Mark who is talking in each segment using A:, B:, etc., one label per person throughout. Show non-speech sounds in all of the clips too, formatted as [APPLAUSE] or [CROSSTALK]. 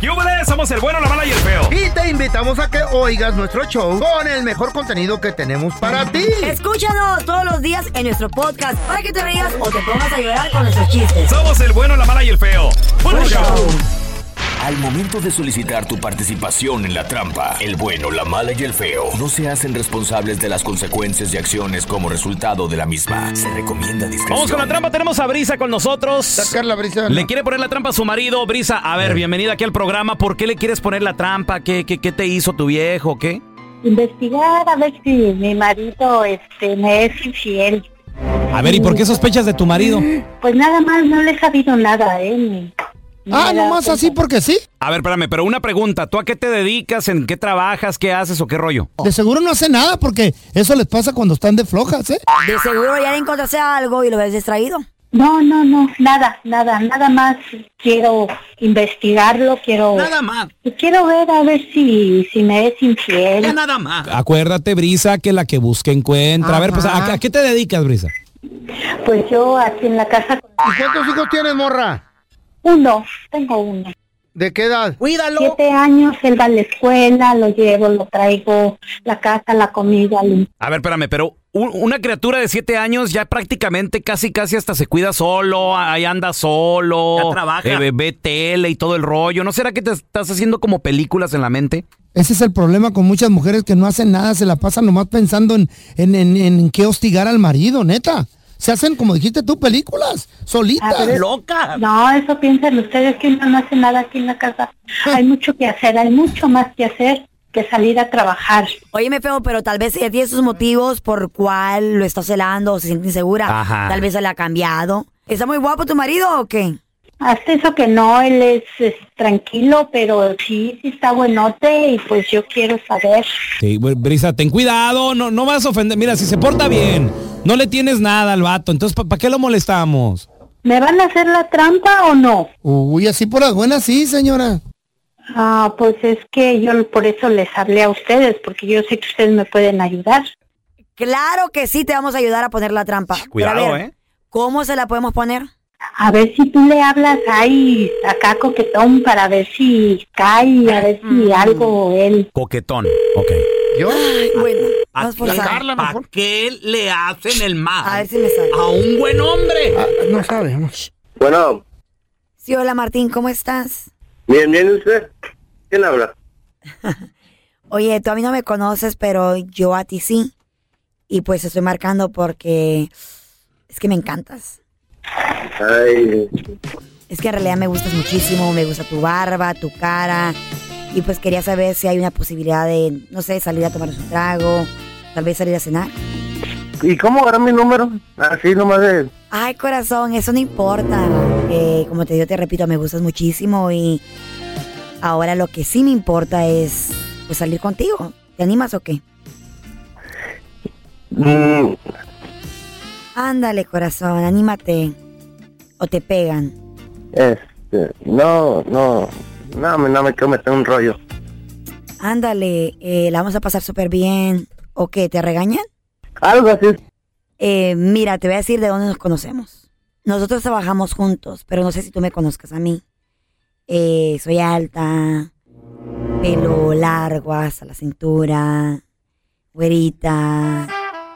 A: ¡Yúbele! Somos el bueno, la mala y el feo.
B: Y te invitamos a que oigas nuestro show con el mejor contenido que tenemos para ti.
C: Escúchanos todos los días en nuestro podcast para que te rías o te pongas a llorar con nuestros chistes.
A: Somos el bueno, la mala y el feo. ¡Puro show!
D: Al momento de solicitar tu participación en la trampa, el bueno, la mala y el feo no se hacen responsables de las consecuencias y acciones como resultado de la misma. Se recomienda discreción.
E: Vamos con la trampa, tenemos a Brisa con nosotros.
B: Sacar la brisa.
E: Le quiere poner la trampa a su marido, Brisa. A ver, bienvenida aquí al programa. ¿Por qué le quieres poner la trampa? ¿Qué, qué, qué te hizo tu viejo? ¿Qué?
F: Investigar a ver si mi marido este, me es infiel.
E: A ver, ¿y por qué sospechas de tu marido?
F: Pues nada más, no le he sabido nada, ¿eh? Ni- ni
B: Ah,
F: me he dado
B: nomás así
F: cuenta.
B: porque sí.
E: A ver, espérame, pero una pregunta. ¿Tú a qué te dedicas? ¿En qué trabajas? ¿Qué haces o qué rollo?
G: De seguro no hace nada porque eso les pasa cuando están de flojas, ¿eh?
C: De seguro ya le encontraste algo y lo ves distraído.
F: No, no, no, nada, nada, nada más quiero investigarlo, quiero... pues
E: más,
F: Quiero ver a ver si, si me es infiel.
E: nada más.
H: Acuérdate, Brisa, que la que busca encuentra. A ver, pues, ¿a, a qué te dedicas, Brisa?
F: Pues yo aquí en la casa con
B: ¿Y cuántos hijos tienes, morra?
F: uno, tengo uno.
B: ¿De qué edad?
E: Cuídalo.
F: Siete años, él va a la escuela, lo llevo, lo traigo, la casa, la comida, lim-
E: A ver, espérame, pero u- una criatura de siete años ya prácticamente casi casi hasta se cuida solo, ahí anda solo,
A: Ya trabaja.
E: eh, ve- ve tele y todo el rollo. ¿No será que te estás haciendo como películas en la mente?
G: Ese es el problema con muchas mujeres que no hacen nada, se la pasan nomás pensando en, en, en, en qué hostigar al marido, neta. Se hacen, como dijiste tú, películas, solitas.
C: Ah,
F: A ver,
E: Loca.
F: Ah, No, eso piensan ustedes que uno no hace nada aquí en la casa. Hay mucho que hacer, hay mucho más que hacer que salir a trabajar.
C: Oye, me feo, pero tal vez ella tiene sus motivos por cual lo está celando o se siente insegura.
E: Ajá.
C: Tal vez se le ha cambiado. ¿Está muy guapo tu marido o qué?
F: Hasta eso que no, él es, es tranquilo, pero sí, sí está buenote y pues yo quiero saber.
H: Sí, bu- Brisa, ten cuidado, no, no vas a ofender. Mira, si se porta bien, no le tienes nada al vato, entonces, ¿para qué lo molestamos?
F: ¿Me van a hacer la trampa o no?
G: Uy, así por las buenas, sí, señora.
F: Ah, pues es que yo por eso les hablé a ustedes, porque yo sé que ustedes me pueden ayudar.
C: Claro que sí, te vamos a ayudar a poner la trampa. Pero a
E: Cuidado,
C: ver,
E: ¿eh?
C: ¿Cómo se la podemos poner?
F: A ver si tú le hablas ahí, acá coquetón, para ver si cae, a ver si algo él
E: Coquetón. Ok.
B: Yo.
C: Ay, bueno, vamos por
E: ¿A qué le hacen el mal?
C: A ver si me sale.
E: A un buen hombre.
B: Ah, no sabemos.
I: Bueno,
C: Sí, hola Martín, ¿cómo estás?
I: bien, bien usted. ¿Quién habla?
C: Oye, tú a mí no me conoces, pero yo a ti sí. Y pues te estoy marcando porque es que me encantas.
I: Ay,
C: Es que en realidad me gustas muchísimo, me gusta tu barba, tu cara. Y pues quería saber si hay una posibilidad de, no sé, salir a tomar un trago, tal vez salir a cenar.
I: ¿y cómo agarró mi número? Así nomás de...
C: Ay, corazón, eso no importa. Eh, como te digo, te repito, me gustas muchísimo y ahora lo que sí me importa es pues, salir contigo. ¿Te animas o qué?
I: Mm,
C: Ándale, corazón, anímate. O te pegan.
I: este, no, no, no, me- no me quiero meter en un rollo.
C: Ándale, eh, la vamos a pasar súper bien. ¿O qué? ¿Te regañan?
I: Algo así.
C: Eh, mira, te voy a decir de dónde nos conocemos. Nosotros trabajamos juntos, pero no sé si tú me conozcas a mí. Eh, soy alta, pelo largo hasta la cintura, güerita.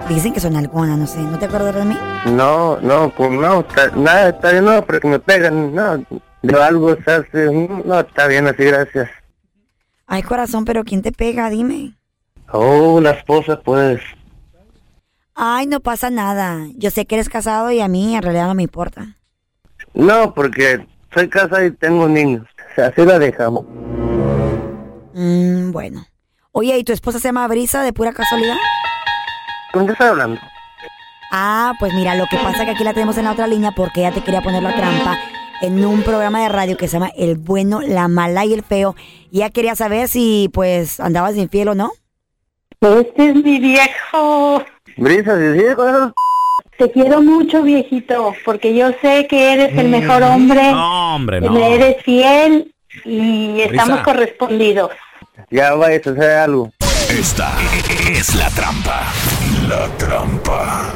C: Dicen que son alguna, no sé. ¿No te acuerdas de mí?
I: No, no, pues no, está- nada, está bien, no, pero que me pegan, no. De algo se hace, no, está bien así, gracias.
C: Ay, corazón, pero ¿quién te pega? Dime.
I: Oh, la esposa, pues.
C: Ay, no pasa nada. Yo sé que eres casado y a mí en realidad no me importa.
I: No, porque soy casa y tengo niños. Así la dejamos.
C: Mm, bueno. Oye, ¿y tu esposa se llama Brisa de pura casualidad?
I: ¿Con qué estás hablando?
C: Ah, pues mira, lo que pasa es que aquí la tenemos en la otra línea porque ella te quería poner la trampa en un programa de radio que se llama El Bueno, la Mala y el Feo. Y ella quería saber si, pues, andabas de infiel o no.
F: Este es mi viejo.
I: Brisa, si sigue con esos
F: Te quiero mucho, viejito, porque yo sé que eres el mejor
C: Ah.
F: hombre,
E: Mm. No, hombre,
F: que
E: no.
F: me eres fiel y estamos correspondidos.
I: Ya va a suceder algo.
D: Esta es la trampa. La trampa.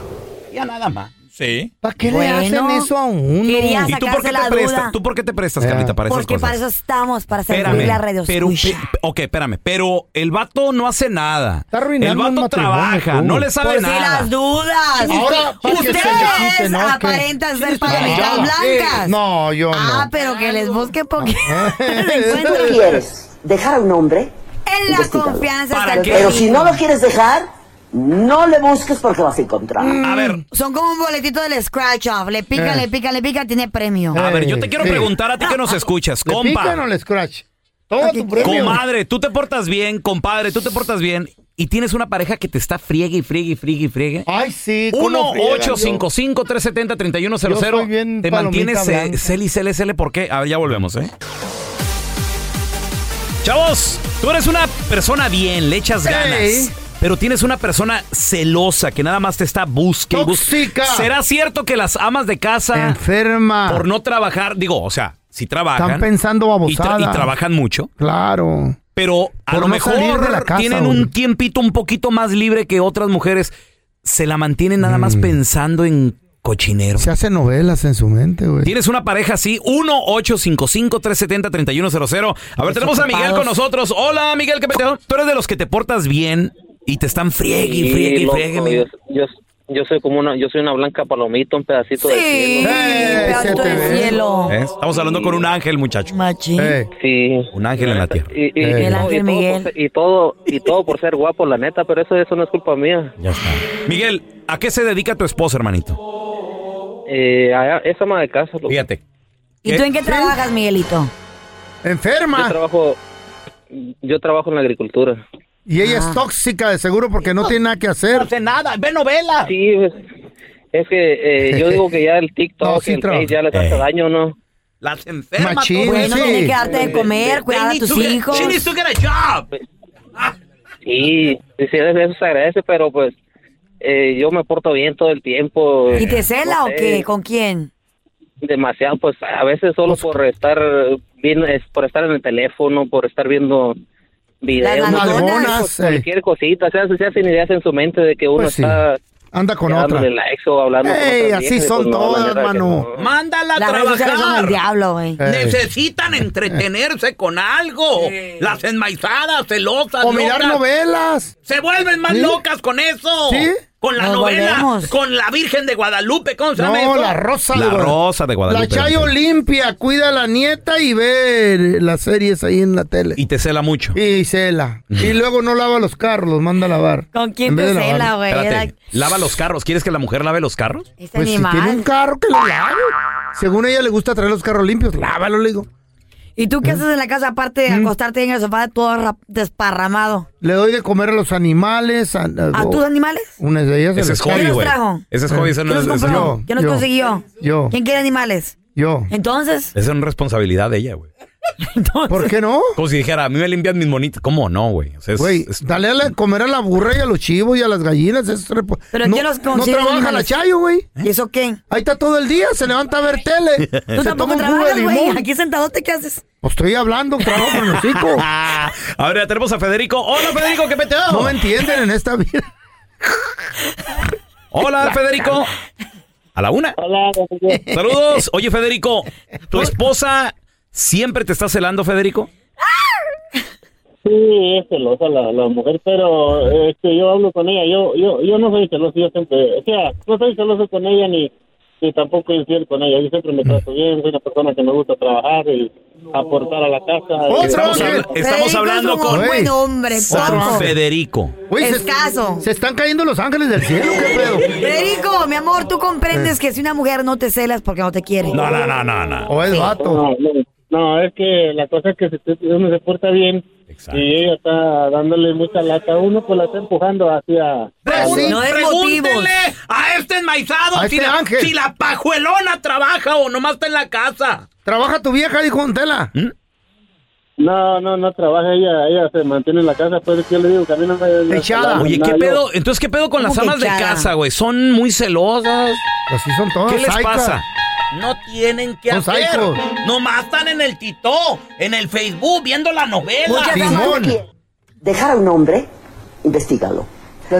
E: Ya nada más.
A: Sí.
G: ¿Para qué
C: Bueno,
G: le hacen eso a uno?
C: quería
E: ¿Y tú por qué
C: sacarse
E: te
C: la
E: prestas?
C: duda.
E: ¿Tú por qué te prestas,
J: Eh.
E: Carlita, para esas
C: Porque para
E: cosas?
C: eso estamos, para servir
E: Espérame,
C: la radio
E: pero,
C: escucha.
E: pe- ok, espérame, pero el vato no hace nada.
J: Está arruinando
E: el
J: un
E: vato
J: matrimonio,
E: trabaja,
J: tú.
E: no le sabe
C: Por si
E: nada.
C: las dudas.
G: Ahora, para que se le quite,
C: Ustedes
G: ¿no? ¿Qué?
C: aparentan ser
G: Ah,
C: palomitas
G: eh,
C: blancas.
G: No, Ah, eh. yo
C: Ah,
G: no.
C: pero que les busquen porque [LAUGHS]
K: ¿Tú
C: se encuentran
K: quieres dejar a un hombre?
C: en la
K: Investígalo.
C: confianza.
E: ¿Para
C: está el
E: qué?
K: Pero
C: peligro.
K: si no lo quieres dejar, no le busques porque vas a encontrar.
E: A ver,
C: Son como un boletito del scratch off. Le pica,
G: Eh.
C: le pica, le pica, tiene premio.
E: a ver, yo te
G: Eh,
E: quiero
G: sí.
E: preguntar a ti que nos escuchas,
G: ¿Le pican o
E: compa.
G: le scratch? Toma tu premio.
E: Comadre, tú te portas bien, compadre, tú te portas bien y tienes una pareja que te está friegue y friegue y friegue y friegue.
G: Ay, sí. cómo friegan, yo.
E: 1-855-370-3100.
G: Yo soy bien
E: Te
G: palomita
E: mantienes eh,
G: blanca.
E: cel y cel, cel, ¿por qué? A ver, ya volvemos, ¿eh? Chavos, tú eres una persona bien, le echas ganas.
G: Ey.
E: Pero tienes una persona celosa que nada más te está busque y busque.
G: Tóxica.
E: ¿Será cierto que las amas de casa
G: Enferma.
E: por no trabajar, digo, o sea, si trabajan
G: Están pensando
E: y, tra-
G: babosadas.
E: y trabajan mucho,
G: Claro.
E: pero a
G: Por
E: lo
G: no
E: mejor
G: salir de la casa,
E: tienen
G: güey.
E: un tiempito un poquito más libre que otras mujeres. Se la mantienen nada
G: Mm.
E: más pensando en cochinero.
J: Se hace novelas en su mente, güey.
E: Tienes una pareja así, 1-855-370-3100. A ver, tenemos a Miguel con nosotros. Hola, Miguel, ¿qué peteo? Tú eres de los que te portas bien y te están friegue y friegue y friegue.
L: yo,
E: Miguel.
L: yo, yo soy como una, yo soy una blanca palomita, un pedacito de
C: Sí,
L: cielo.
G: Eh, se
C: pedazo
G: te
C: de
G: ve.
C: cielo.
E: ¿Eh? Estamos hablando con un ángel, muchacho.
C: Machín.
G: Eh,
L: Sí.
E: Un ángel en la tierra.
L: Y, y,
G: Eh.
L: y
C: El
L: todo-
C: ángel
L: y todo por
C: Miguel.
L: ser- y todo y todo por ser guapo, la neta, pero eso eso no es culpa mía.
E: Ya está. Miguel, ¿a qué se dedica tu esposa, hermanito?
L: Eh, allá- es ama de casa. loco.
E: Fíjate.
C: ¿Y tú en qué trabajas, Miguelito?
L: Yo
G: enferma.
L: trabajo yo trabajo en la agricultura.
G: Y ella
C: Ah.
G: es tóxica, de seguro, porque no tiene nada que hacer.
E: hace nada, ve novela.
L: Sí, pues, es que eh, yo digo que ya el TikTok,
G: [LAUGHS] No, sí
L: el
G: trabaja.
L: Face ya les hace
E: Eh.
L: daño, ¿no?
E: Las enfermas.
G: Machín,
E: todo
C: Bueno,
E: eso.
G: sí. eh,
C: tienes que darte de comer, cuidar a
E: They need
C: tus
E: to get-
C: hijos.
E: she needs to get a job.
L: Sí, sí, sí, eso se agradece, pero pues eh, yo me porto bien todo el tiempo.
C: ¿Y te cela
L: No
C: o
L: sé,
C: qué? ¿Con quién?
L: Demasiado, pues a veces solo por estar bien, es por estar en el teléfono, por estar viendo videos,
C: Las
L: no sé,
G: nalgonas,
L: pues,
G: eh.
L: cualquier cosita, o sea, se hacen ideas en su mente de que uno
G: Pues sí,
L: está
G: Anda con otra.
L: dándole likes o hablando con
G: Ey,
L: otra
G: así
L: vieja, y, pues,
G: son
L: la
G: todas,
L: neta que
G: mano.
L: no.
E: Mándala a
C: Las redes sociales son el
E: trabajar.
C: diablo, güey.
G: Eh.
E: Necesitan entretenerse con algo. Las enmaizadas, celosas,
G: O mirar
E: locas,
G: novelas.
E: se vuelven más
G: ¿Sí?
E: locas con eso.
G: ¿Sí?
E: Con la
C: Nos
E: novela,
C: volvemos.
E: con la Virgen de Guadalupe, ¿cómo se llama
G: No,
E: eso?
G: la rosa de
E: La
G: Guadalupe.
E: Rosa de Guadalupe.
G: La Chayo limpia, cuida a la nieta y ve las series ahí en la tele.
E: Y te cela mucho. [LAUGHS]
G: Y cela. Y luego no lava los carros, los manda a lavar.
C: ¿Con
G: En
C: quién
G: vez
C: te
G: de lavar.
C: cela, güey? Era-
E: Espérate, lava los carros. ¿Quieres que la mujer lave los carros?
C: Este
G: Pues si tiene un
C: animal.
G: carro que lo lave. Según ella le gusta traer los carros limpios, lávalo, le digo.
C: ¿Y tú qué haces en la casa aparte de acostarte en el sofá todo ra- desparramado?
G: Le doy de comer a los animales. A, a-
C: ¿A tus animales?
G: Una de ellas.
E: Ese
G: se
E: es
G: le-
C: ¿Quién
E: hobby,
C: los
E: güey.
C: trajo?
E: Ese es hobby, ese
C: ¿Quién
E: no
C: los
E: es, ese
G: yo.
E: no-
C: compró? ¿Quién los
G: yo.
C: conseguí yo?
G: Yo. ¿Eh?
C: ¿Quién quiere animales?
G: Yo.
C: Entonces,
E: esa no es responsabilidad de ella, güey.
G: ¿Por qué no?
E: Como si dijera, a mí me limpian mis monitos. ¿Cómo no, güey? O sea, es-
G: Güey,
E: es-
G: dale a la- comer a la burra y a los chivos y a las gallinas. eso es repo-
C: Pero
G: no,
C: ¿quién los
G: no
C: consigue
G: trabaja la
C: animales?
G: Chayo, güey.
C: ¿y eso qué?
G: Ahí está todo el día, se levanta a ver
E: [LAUGHS]
G: tele.
C: Tú
G: se toma
C: tampoco
G: un jugo de
C: trabajas, güey.
G: limón.
C: Aquí sentadote, ¿qué haces?
G: Pues estoy hablando, trabajo con los chicos.
E: [LAUGHS] Ah, a ver, ya tenemos a Federico. Hola, Federico, ¿qué peteo?
G: No me entienden en esta vida.
E: Hola, Federico. A la una.
L: Hola,
E: Saludos. Oye, Federico, ¿tu esposa siempre te está celando, Federico?
L: Sí, es celosa la, la mujer, pero eh, que yo hablo con ella, yo yo yo no soy celoso, yo siempre, o sea, no soy celoso con ella ni, ni tampoco infiel con ella, yo siempre me
G: Mm.
L: trato bien, soy una persona que me gusta trabajar y aportar a la casa.
G: Otro
E: Estamos,
G: Sí.
E: habla-
G: Federico
E: estamos
C: Federico
E: hablando
C: es un
E: con
C: buen hombre,
E: San
C: guapo.
E: Federico.
G: Güey, se,
C: Escaso.
G: se están cayendo los ángeles del cielo, qué pedo.
C: Federico, mi amor, tú comprendes que si una mujer no te celas porque no te quiere.
E: No, no, no, no, no.
G: O es vato.
L: No, no, no, es que la cosa es que si tú- uno se porta bien
E: Exacto.
L: y ella está dándole mucha lata, uno pues la está empujando hacia...
G: Sí.
C: No es
E: Pregúntele
C: motivos.
E: a este enmaizado
G: A
E: si,
G: este
E: la,
G: ángel.
E: si la pajuelona trabaja o nomás está en la casa.
G: Trabaja tu vieja, dijo Tela.
L: No, no, no trabaja ella, ella se mantiene en la casa, pues yo le digo que a mí no me...
G: Echada.
E: Oye, ¿qué
L: nada, yo-
E: pedo? Entonces, ¿qué pedo con
C: ¿Cómo
E: las
C: que
E: amas de
C: echada?
E: casa, güey? Son muy celosas.
G: Así son todas.
E: ¿Qué les
G: psychas.
E: pasa? No tienen que
G: Son
E: hacer.
G: psychos.
E: Nomás están en el titó, en el Facebook, viendo la novela.
C: Muchas
G: Simón.
K: ¿Tú quieres dejar a un hombre? Investígalo.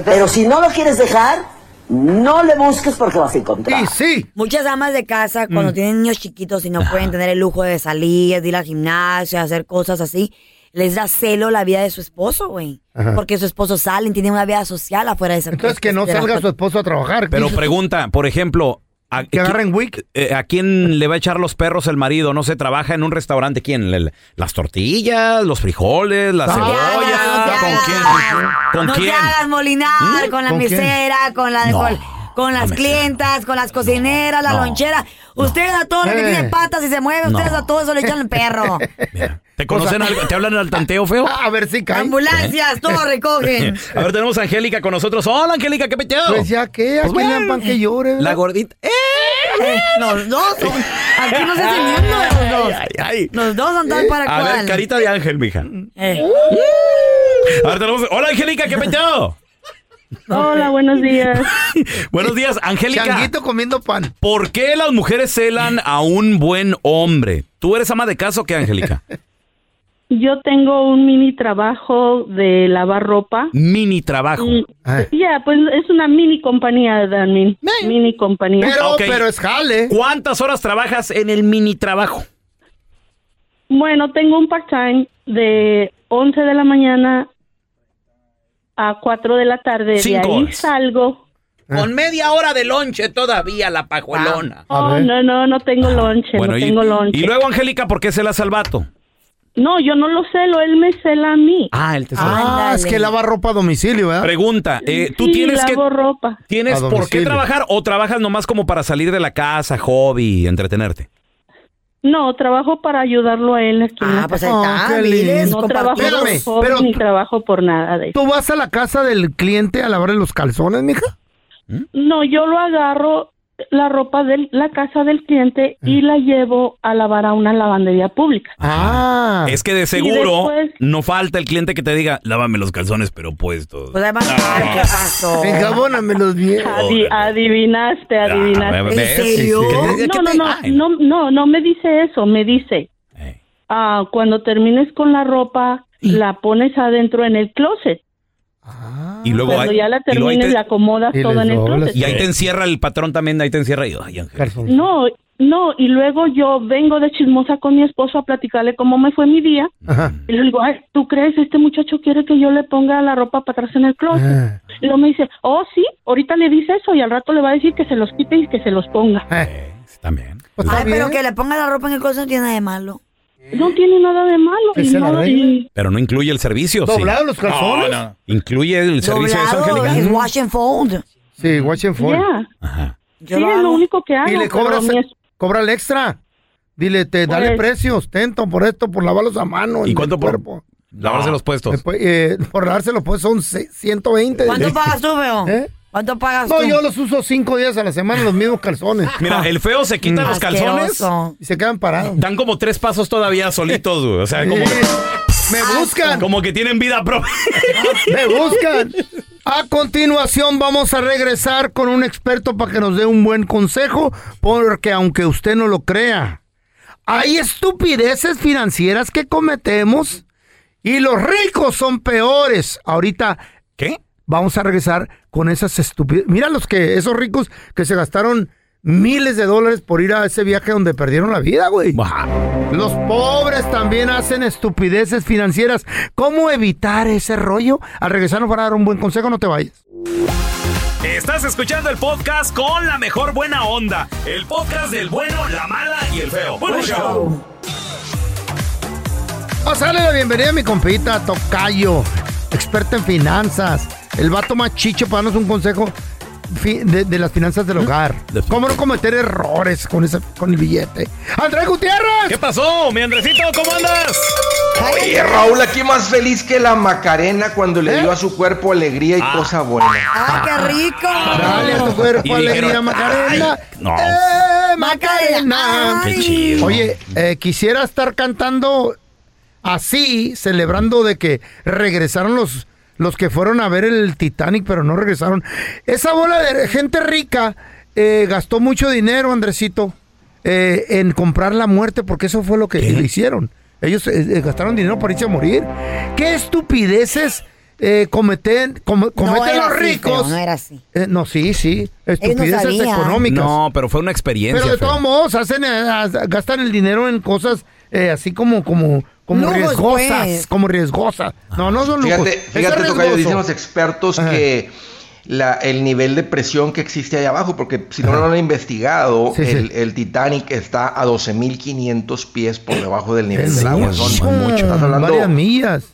K: Pero si no lo quieres dejar, No le busques porque vas a encontrar.
G: sí.
C: Muchas amas de casa, cuando
K: Mm.
C: tienen niños chiquitos y no pueden tener el lujo de salir, de ir al gimnasio, hacer cosas así, les da celo la vida de su esposo, güey.
E: Ajá.
C: Porque su esposo sale y tiene una vida social afuera de esa Entonces,
G: que no salga su esposo a trabajar.
E: Pero pregunta, por ejemplo, ¿a, que agarren ¿a quién le va a echar los perros el marido? No sé, trabaja en un restaurante. ¿Quién? ¿Le- ¿Las tortillas? ¿Los frijoles? ¿La
C: No te
E: cebolla? ¿Con
C: no
E: quién?
C: te hagas molinar
E: ¿Mm?
C: con la
E: ¿Con quién?
C: mesera, con la
E: No,
C: con, con las clientas, con las cocineras, la
E: no,
C: lonchera. Ustedes a todos los que
E: Eh.
C: tienen patas y se mueven, ustedes
E: No.
C: a todos eso le echan el [LAUGHS] perro.
E: ¿Te conocen algo? ¿Te hablan al tanteo feo?
G: [LAUGHS] Ah, A ver si cae.
C: Ambulancias,
E: [LAUGHS]
C: todo recogen.
E: A ver, tenemos a Angélica con nosotros. Hola, Angélica, ¿qué peteado?
G: Pues ya qué, aquí le dan pan que llore.
E: La gordita.
C: Eh, Los dos son. Aquí no se hacen ni uno de los dos. Los dos andan para
E: A
C: cuál.
E: ver, carita de ángel, mija. Uh.
C: Eh.
E: A ver, tenemos. Hola, Angélica, ¿qué peteado?
M: Hola, buenos días.
E: Buenos días, Angélica.
G: Changuito comiendo pan.
E: ¿Por qué las mujeres celan a un buen hombre? ¿Tú eres ama de casa o qué, Angélica?
M: Yo tengo un mini trabajo de lavar ropa.
E: Mini trabajo.
M: Y- Ya, pues es una mini compañía, Dani. Mini compañía.
E: Ok. ¿Cuántas horas trabajas en el mini trabajo?
M: Bueno, tengo un part-time de 11 de la mañana a 4 de la tarde.
E: Cinco
M: de ahí
E: horas.
M: salgo.
E: Con media hora de lonche todavía, la pajuelona.
M: Oh, no, no, no tengo lonche, no
E: y,
M: tengo lonche.
E: y luego, Angélica, ¿por qué celas al vato?
M: No, yo no lo celo, él me cela a mí.
E: Ah, él te
G: Ah, es que lava ropa a domicilio, ¿verdad?
E: Pregunta, eh, tú
M: Sí,
E: tienes que...
M: lavo ropa.
E: ¿Tienes
G: Ah. A
E: por qué
G: domicilio.
E: trabajar o trabajas nomás como para salir de la casa, hobby, entretenerte?
M: No, trabajo para ayudarlo a él aquí. Ah,
C: pues ahí está, Oh, qué mires, lindo.
M: No trabajo
E: Ah,
G: Espérame,
M: por hobby
G: pero
M: ni trabajo por nada de eso.
G: ¿Tú vas a la casa del cliente a lavarle los calzones, mija?
M: No, yo lo agarro la ropa de la casa del cliente y la llevo a lavar a una lavandería pública.
G: Ah.
E: Es que
M: Y
E: de seguro
M: después-
E: no falta el cliente que te diga, lávame los calzones pero puestos.
C: Pues además,
E: Ah.
C: ¿qué pasó?
G: Enjabónamelos bien.
L: [LAUGHS]
M: Adi- adivinaste, adivinaste.
E: ¿ves? ¿En serio? ¿Qué- qué-
M: No,
E: Ah, qué
M: no,
E: te-
M: no,
E: ay,
M: no, no, no me dice eso, me dice,
E: Eh,
M: ah, cuando termines con la ropa, la pones adentro en el closet.
G: Ah.
E: Y luego
M: Cuando
E: ahí-
M: ya la
E: y luego ahí
M: termines,
E: te-
M: la acomodas todo en el closet.
E: Y ahí te encierra el patrón también, ahí te encierra. Y, ay, Ángel.
M: No, no, y luego yo vengo de chismosa con mi esposo a platicarle cómo me fue mi día. Y le digo, Ay, ¿tú crees este muchacho quiere que yo le ponga la ropa para atrás en el
G: Ah.
M: closet?
G: Pues
M: Y luego me dice, oh, sí, ahorita le dice eso y al rato le va a decir que se los quite y que se los ponga.
E: eh,
C: Ay, pero que le ponga la ropa en el coche no tiene nada de malo.
M: No tiene nada de malo.
C: y no- y-
E: Pero no incluye el servicio. Pues sí.
G: ¿Doblado los calzones?
E: No, no. Incluye el servicio de eso,
C: Doblado,
E: Angélica.
C: es wash and fold.
G: Sí, watch and fold.
M: Ya.
C: Yo Sí, lo es lo hago. único que hago,
G: Y le
C: Ah, pero
G: cobras,
C: mi Pues
G: cobra el extra. Dile, te dale precios, tento por esto, por lavarlos a mano. ¿Y cuánto por cuerpo.
E: Lavarse los puestos.
G: Pues, eh, por dárselo, pues son ce- 120. [LAUGHS]
C: ¿Cuánto pagas tú, Veo? ¿Cuánto pagas
G: ¿Eh? No,
C: tú?
G: yo los uso cinco días a la semana, los mismos calzones.
E: Mira, el feo se quita los calzones.
G: Y se quedan parados.
E: [LAUGHS] Dan como tres pasos todavía solitos, güey. O sea, como.
G: Me buscan.
E: Como que tienen vida propia. [LAUGHS]
G: Me buscan. A continuación vamos a regresar con un experto para que nos dé un buen consejo, porque aunque usted no lo crea, hay estupideces financieras que cometemos y los ricos son peores. Ahorita
E: ¿qué?
G: Vamos a regresar con esas estupideces. Mira los que esos ricos que se gastaron miles de dólares por ir a ese viaje donde perdieron la vida, güey. Los pobres también hacen estupideces financieras. ¿Cómo evitar ese rollo? Al regresar nos van a dar un buen consejo, no te vayas.
A: Estás escuchando el podcast con la mejor buena onda. El podcast del bueno, la mala y el feo. Bueno, show.
G: Vamos a darle la bienvenida a mi compita Tocayo, experta en finanzas. El vato más chicho para darnos un consejo fi- de, de las finanzas del hogar. ¿Cómo no cometer errores con, ese, con el billete? ¡Andrés Gutiérrez!
E: ¿Qué pasó, mi Andresito? ¿Cómo andas?
D: Oye, Eh, Raúl, aquí más feliz que la Macarena cuando
G: ¿Eh?
D: le dio a su cuerpo alegría y cosa buena.
C: ¡Ah, qué rico!
G: Dale a tu cuerpo
D: Y
G: alegría,
D: dijeron,
G: Macarena.
D: "Ay, no".
G: ¡Eh, Macarena!
D: Qué chido.
G: Oye, eh, quisiera estar cantando así, celebrando de que regresaron los, los que fueron a ver el Titanic, pero no regresaron. Esa bola de gente rica eh, gastó mucho dinero, Andresito, eh, en comprar la muerte, porque eso fue lo que le hicieron. Ellos eh, eh, gastaron dinero para irse a morir. ¿Qué estupideces eh, cometen, come- cometen
C: era
G: los
C: así,
G: ricos.
C: feo, no era así.
G: Eh, no, sí, sí. Estupideces
C: sabían.
G: económicas.
E: No, pero fue una experiencia.
G: Pero de
E: feo.
G: todos modos, hacen, eh, as- gastan el dinero en cosas eh, así como, como, como
D: Lujos,
G: riesgosas.
D: pues.
G: Como riesgosas. No, no son lujos.
D: Fíjate,
G: Es
D: fíjate Tocayo,
G: riesgoso.
D: dicen los expertos que la- el nivel de presión que existe allá abajo, porque si no, no lo han investigado,
G: Sí, sí.
D: el, el Titanic está a 12.500 pies por debacho del nivel
G: Es
D: del agua.
G: mucho,
D: Son
G: mucho.
D: Estás hablando
G: Varias millas.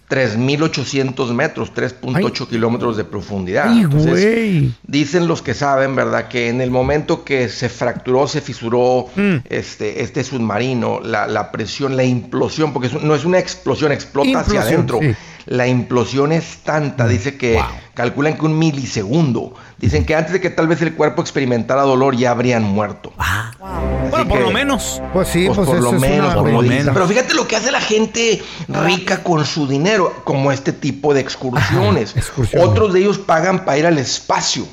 D: 3.800 metros, 3.8 kilómetros de profundidad.
G: Ay,
D: Entonces,
G: güey.
D: Dicen los que saben, ¿verdad? Que en el momento que se fracturó, se fisuró
N: Mm.
D: este, este submarino, la, la presión, la implosión, porque es un- no es una explosión, explota hacia
N: Implosión,
D: adentro.
N: sí.
D: La implosión es tanta, dice que calculan que un milisegundo. Dicen que antes de que tal vez el cuerpo experimentara dolor ya habrían muerto.
N: Ah.
D: Así
E: Bueno, por
D: que-
E: lo menos.
G: Pues sí,
D: pues
G: pues,
D: por
G: eso
D: lo
G: es
D: menos,
G: una
D: por lo
G: medida.
D: menos. Pero fíjate lo que hace la gente rica con su dinero, como este tipo de excursiones.
N: [LAUGHS]
D: Otros de ellos pagan para ir al espacio.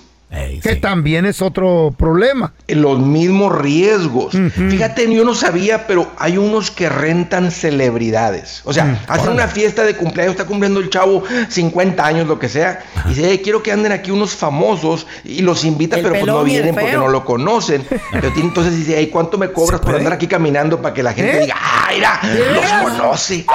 G: Que también es otro problema.
D: Los mismos riesgos. Fíjate, yo no sabía, pero hay unos que rentan celebridades. O sea,
N: Mm,
D: hacen una fiesta de cumpleaños, está cumpliendo el chavo 50 años, lo que sea, y dice, "Eh, quiero que anden aquí unos famosos, y los invita,
N: El
D: pero pues no
N: pelón y el
D: vienen porque
N: feo.
D: no lo conocen. Pero tiene- entonces dice, "Ey, ¿cuánto me cobras por andar aquí caminando para que la gente
N: ¿Eh?
D: diga, ¡ay, mira,
N: ¿De
D: los
N: veras?
D: conoce!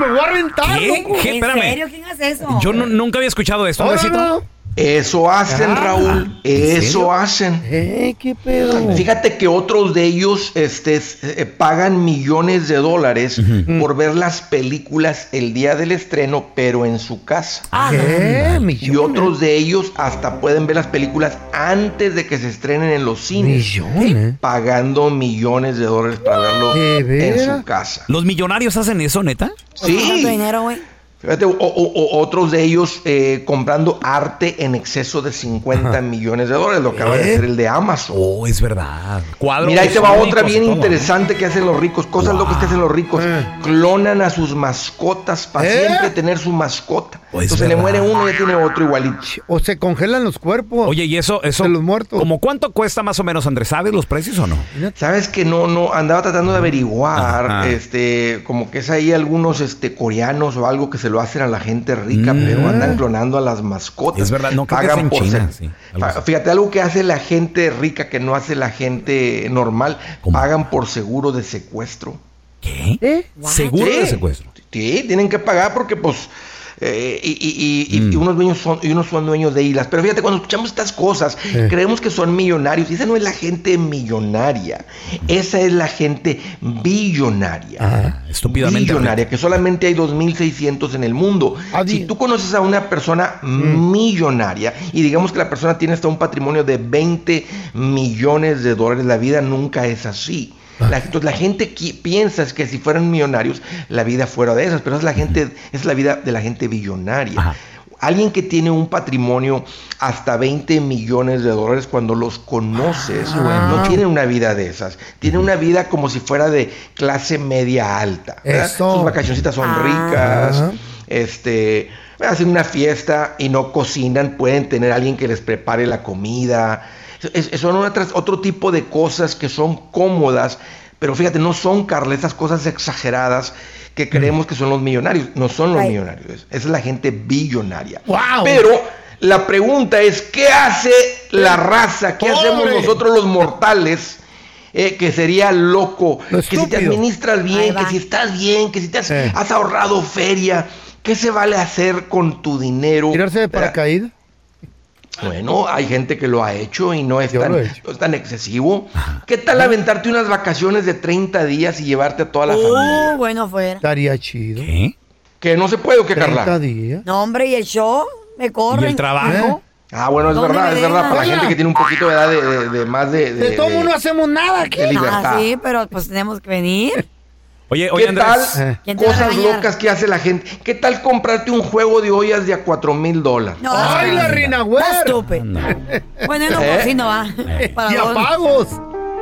G: ¡Me voy a rentar!
E: ¿Qué? loco! ¿Qué?
C: ¿En
E: Espérame.
C: serio? ¿Quién hace eso?
E: Yo nu- nunca había escuchado esto, Andresito.
D: Eso hacen,
E: Ah,
D: Raúl.
E: ¿en
D: Eso
E: serio?
D: hacen.
G: Eh, qué pedo.
D: Fíjate que otros de ellos este, s- eh, pagan millones de dólares por ver las películas el día del estreno, pero en su casa.
C: Ah,
G: ¿Qué?
D: Y otros de ellos hasta pueden ver las películas antes de que se estrenen en los cines.
G: Millones.
D: Pagando millones de dólares para verlo en
E: veras?
D: su casa.
E: ¿Los millonarios hacen eso, neta?
D: Sí. Fíjate, o- o- o- otros de ellos eh, comprando arte en exceso de 50 millones de dólares, lo acaba de
E: ¿Eh?
D: hacer el de Amazon.
E: Oh, es verdad. Cuadros
D: Mira, ahí te va
E: únicos
D: otra
E: y
D: bien
E: todo,
D: interesante que hacen los ricos, cosas locas que hacen los ricos. Clonan a sus mascotas para
G: ¿Eh?
D: siempre tener su mascota.
E: Pues
D: Entonces le
E: verdad.
D: muere uno y ya tiene otro igualito.
G: O se congelan los cuerpos.
E: Oye, y eso, eso. los muertos. ¿Cómo cuánto cuesta más o menos, Andrés? ¿Sabes los precios o no?
D: Sabes que no, no, andaba tratando de averiguar, este, como que es ahí algunos este coreanos o algo que se lo hacen a la gente rica, pero andan clonando a las mascotas.
E: Mm. Es verdad, no creo que sea en
D: por
E: China,
D: ser-
E: sí,
D: Fa- Fíjate, algo que hace la gente rica que no hace la gente normal, pagan por seguro de secuestro.
E: ¿Qué?
D: ¿Seguro
E: de secuestro?
D: Sí, tienen que pagar porque pues... eh, y, y- y- y unos dueños son, y unos son dueños de islas. Pero fíjate, cuando escuchamos estas cosas, creemos que son millonarios. Y esa no es la gente millonaria. Esa es la gente billonaria.
G: Ah,
E: estúpidamente
D: Billonaria, que solamente hay 2.600 en el mundo. Si tú conoces a una persona millonaria y digamos que la persona tiene hasta un patrimonio de 20 millones de dólares, la vida nunca es así. La, entonces, la gente qui- piensa es que si fueran millonarios, la vida fuera de esas, pero es la, gente, es la vida de la gente billonaria. Alguien que tiene un patrimonio hasta 20 millones de dólares cuando los conoces, no tiene una vida de esas. Tiene una vida como si fuera de clase media alta. ¿verdad?
G: Eso.
D: Sus vacacioncitas son
C: Ah,
D: ricas. Este, hacen una fiesta y no cocinan, pueden tener a alguien que les prepare la comida. Es- es- son otras- otro tipo de cosas que son cómodas, pero fíjate, no son, Carla, esas cosas exageradas que creemos que son los millonarios. No son los
N: Right.
D: millonarios, esa es la gente billonaria.
N: Wow.
D: Pero la pregunta es, ¿qué hace la raza? ¿Qué hacemos
N: Pobre.
D: nosotros los mortales? eh, que sería loco, que si te
N: estúpido.
D: administras bien, que si estás bien, que si te has, has ahorrado feria, ¿qué se vale hacer con tu dinero? ¿Tirarse de
G: paracaídas?
D: Bueno, hay gente que lo ha hecho y no es, tan,
G: lo he hecho.
D: no es tan excesivo. ¿Qué tal aventarte unas vacaciones de 30 días y llevarte a toda la familia?
C: Uh, bueno, fuera.
G: Estaría chido.
E: ¿Eh?
D: Que no se puede o qué,
G: 30
D: Carla.
G: días.
C: No, hombre, ¿y el show? Me corren. ¿Eh?
D: Ah, bueno, es
C: ¿Dónde
D: verdad,
C: me
D: es verdad.
C: dejan?
D: Para la gente
C: Oiga.
D: que tiene un poquito de edad de, de- de más de...
C: De todo mundo hacemos
G: nada
D: aquí. de libertad.
C: Ah, sí, pero pues tenemos que venir.
E: Oye,
D: ¿Qué
E: oye, Andrés.
G: Eh.
D: tal
C: ¿Quién te va a
D: cosas
C: regañar?
D: locas que hace la gente? ¿Qué tal comprarte un juego de ollas de a 4 mil dólares?
G: ¡Ay, la reina
C: Estúpido. Bueno, yo no
D: ¿Eh?
C: cocino, va. Para
G: Y
C: dos.
G: apagos.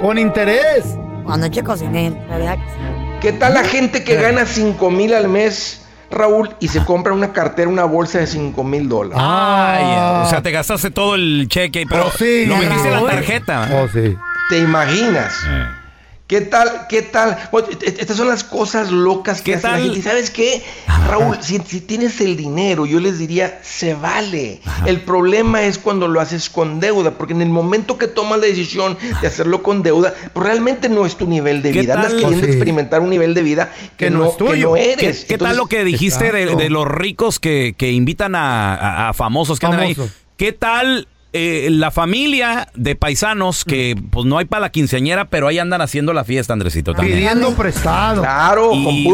G: Con interés.
C: Anoche cociné, en realidad. que sí.
D: ¿Qué tal la gente que gana 5 mil al mes, Raúl, y se compra una cartera, una bolsa de 5 mil dólares?
G: Ah.
E: Ay, o sea, te gastaste todo el cheque, pero
D: Ah. Oh, sí,
E: lo
D: ya
E: metiste en la
D: Raúl.
E: tarjeta.
G: Oh, sí.
E: Eh.
D: ¿Te imaginas? ¿Qué tal? ¿Qué tal? Bueno, est- est- Estas son las cosas locas que hace la
E: tal?
D: gente. ¿Y sabes qué, Raúl? Si, si tienes el dinero, yo les diría, se vale. El problema es cuando lo haces con deuda, porque en el momento que tomas la decisión de hacerlo con deuda, pues realmente no es tu nivel de
E: ¿Qué
D: vida. Andas
E: tal?
D: queriendo
E: Sí.
D: experimentar un nivel de vida que, no, que no
E: ¿Qué-
D: eres.
E: ¿Qué, tal
D: Entonces-
E: lo que dijiste de, de los ricos que, que invitan a, a- a famosos que andan ahí?
D: Famosos.
E: ¿Qué tal eh, la familia de paisanos que pues no hay para la quinceañera, pero ahí andan haciendo la fiesta, Andresito, también?
G: Pidiendo prestado.
D: Claro,
E: Y-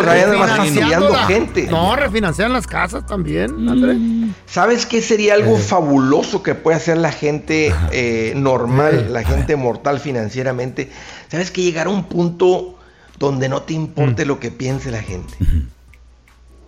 G: Refinanciando la- No, refinancian las casas
C: Mm.
G: también, Andrés.
D: ¿Sabes qué sería algo fabuloso que puede hacer la gente eh, normal, la gente mortal financieramente? ¿Sabes que llegar a un punto donde no te
E: Mm.
D: importe lo que piense la gente?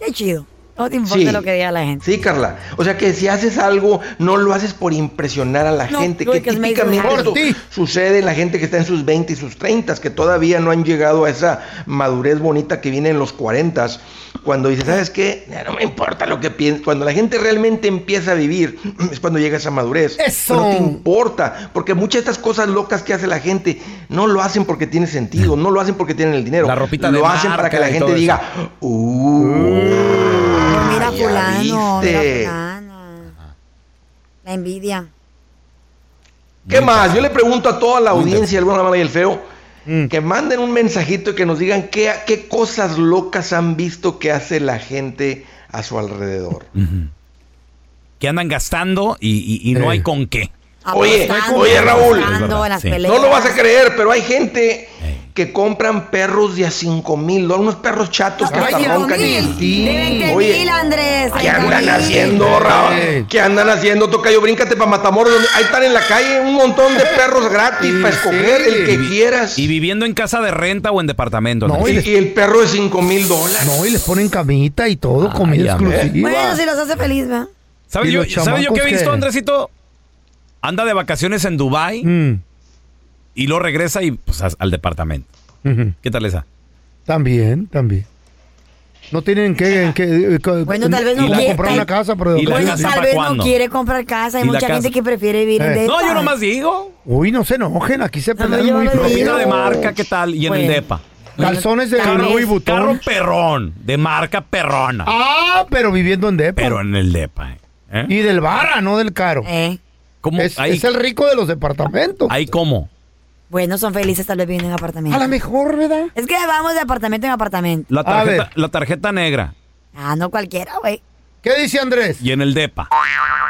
C: Qué chido. No te importa
D: Sí.
C: lo que diga la gente.
D: Sí, Carla. O sea que si haces algo, no lo haces por impresionar a la
C: No,
D: gente.
C: lo
D: Que
C: que me hizo
D: típicamente
C: dejar.
D: esto
C: Por ti.
D: sucede en la gente que está en sus 20 y sus 30, que todavía no han llegado a esa madurez bonita que viene en los 40. Cuando dices, ¿sabes qué? Ya No me importa lo que pienses. Cuando la gente realmente empieza a vivir, [CLEARS THROAT] es cuando llega esa madurez.
G: Eso.
D: No te importa. Porque muchas de estas cosas locas que hace la gente no lo hacen porque tiene sentido, no lo hacen porque tienen el dinero.
E: La ropita
D: Lo
E: de
D: hacen para que
E: marca
D: la
E: y todo
D: gente
E: eso.
D: diga, "Uh,
C: Mira
D: ya
C: fulano, mira
D: viste.
C: fulana. La envidia.
D: ¿Qué más? Yo le pregunto a toda la audiencia del bueno, la mala y el feo
E: Mm.
D: que manden un mensajito y que nos digan qué, qué cosas locas han visto que hace la gente a su alrededor.
E: Que andan gastando y, y- y
D: Eh.
E: no hay con qué.
D: Oye,
C: Apostando,
D: oye Raúl,
C: apostando en las peleas.
D: no lo vas a creer, pero hay gente
E: Eh.
D: que compran perros de a 5 mil dólares, unos perros chatos que hasta roncan y
C: De 20
D: Oye,
C: mil, Andrés.
D: ¿Qué andan haciendo, Raúl? ¿Qué andan haciendo, Tocayo? Bríncate para Matamoros. Ahí están en la calle un montón de perros gratis para escoger el que quieras.
E: Y viviendo en casa de renta o en departamento.
G: No,
E: Andrés.
G: y,
D: el perro de 5 mil dólares.
G: No, y les ponen camita y todo, comida
E: ya ves.
G: exclusiva.
C: Bueno, si los hace feliz, ¿verdad?
E: ¿Sabes
G: ¿Y
E: yo,
G: los
E: ¿sabes yo qué he
G: chamacos
E: visto,
G: qué? Mm.
E: Andresito? Anda de vacaciones en Dubai y luego regresa y pues, as- al departamento.
G: Ujú.
E: ¿Qué tal esa?
G: También, también. No tienen que... en qué- eh, co-
C: Bueno, tal vez no
G: y la
C: quiere-
G: comprar
C: tal-
G: una casa, pero...
E: y la
C: Bueno,
E: casa
C: tal
E: para
C: vez no
E: cuándo?
C: quiere comprar casa. Hay
G: ¿Y la
C: mucha
G: casa?
C: gente que prefiere vivir
G: Eh.
C: de
G: No, yo nomás
E: digo.
G: Uy, no se enojen, aquí se
C: No,
G: pelean
C: yo
G: muy
C: lo
G: feo.
C: digo.
E: Ropita de marca, ¿qué tal? Y en el
G: Bueno.
E: depa.
G: Calzones de
E: carro,
G: Louis Vuitton.
E: carro perrón, de marca perrona.
G: Ah, pero viviendo en depa.
E: Pero en el depa. ¿eh? ¿Eh?
G: Y del vara, no del caro.
C: Eh,
G: Es,
E: Ahí-
G: es el rico de los departamentos.
E: ¿Ahí cómo?
C: Bueno, son felices, tal vez viven en apartamento. A lo
G: mejor, ¿verdad?
C: Es que vamos de apartamento en apartamento.
E: La tarjeta, la tarjeta negra.
C: Ah, no cualquiera, güey.
G: ¿Qué dice Andrés?
E: Y en el depa.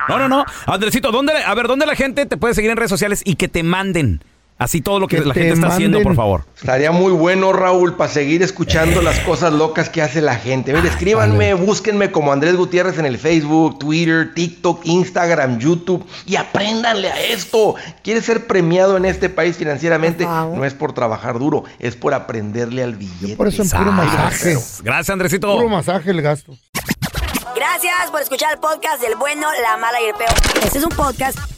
E: No, no, no. Andresito, ¿dónde, la- a ver, ¿dónde la gente te puede seguir en redes sociales y que te manden así todo lo que, la gente está haciendo, por favor?
D: Estaría muy bueno, Raúl, para seguir escuchando las cosas locas que hace la gente. Mire, escríbanme, búsquenme como Andrés Gutiérrez en el Facebook, Twitter, TikTok, Instagram, YouTube y apréndanle a esto. ¿Quieres ser premiado en este país financieramente? No es por trabajar duro, es por aprenderle al billete.
G: Por eso en puro masaje.
E: Gracias, Andresito.
G: Puro masaje el gasto.
C: Gracias por escuchar el podcast del bueno, la mala y el peo. Este es un podcast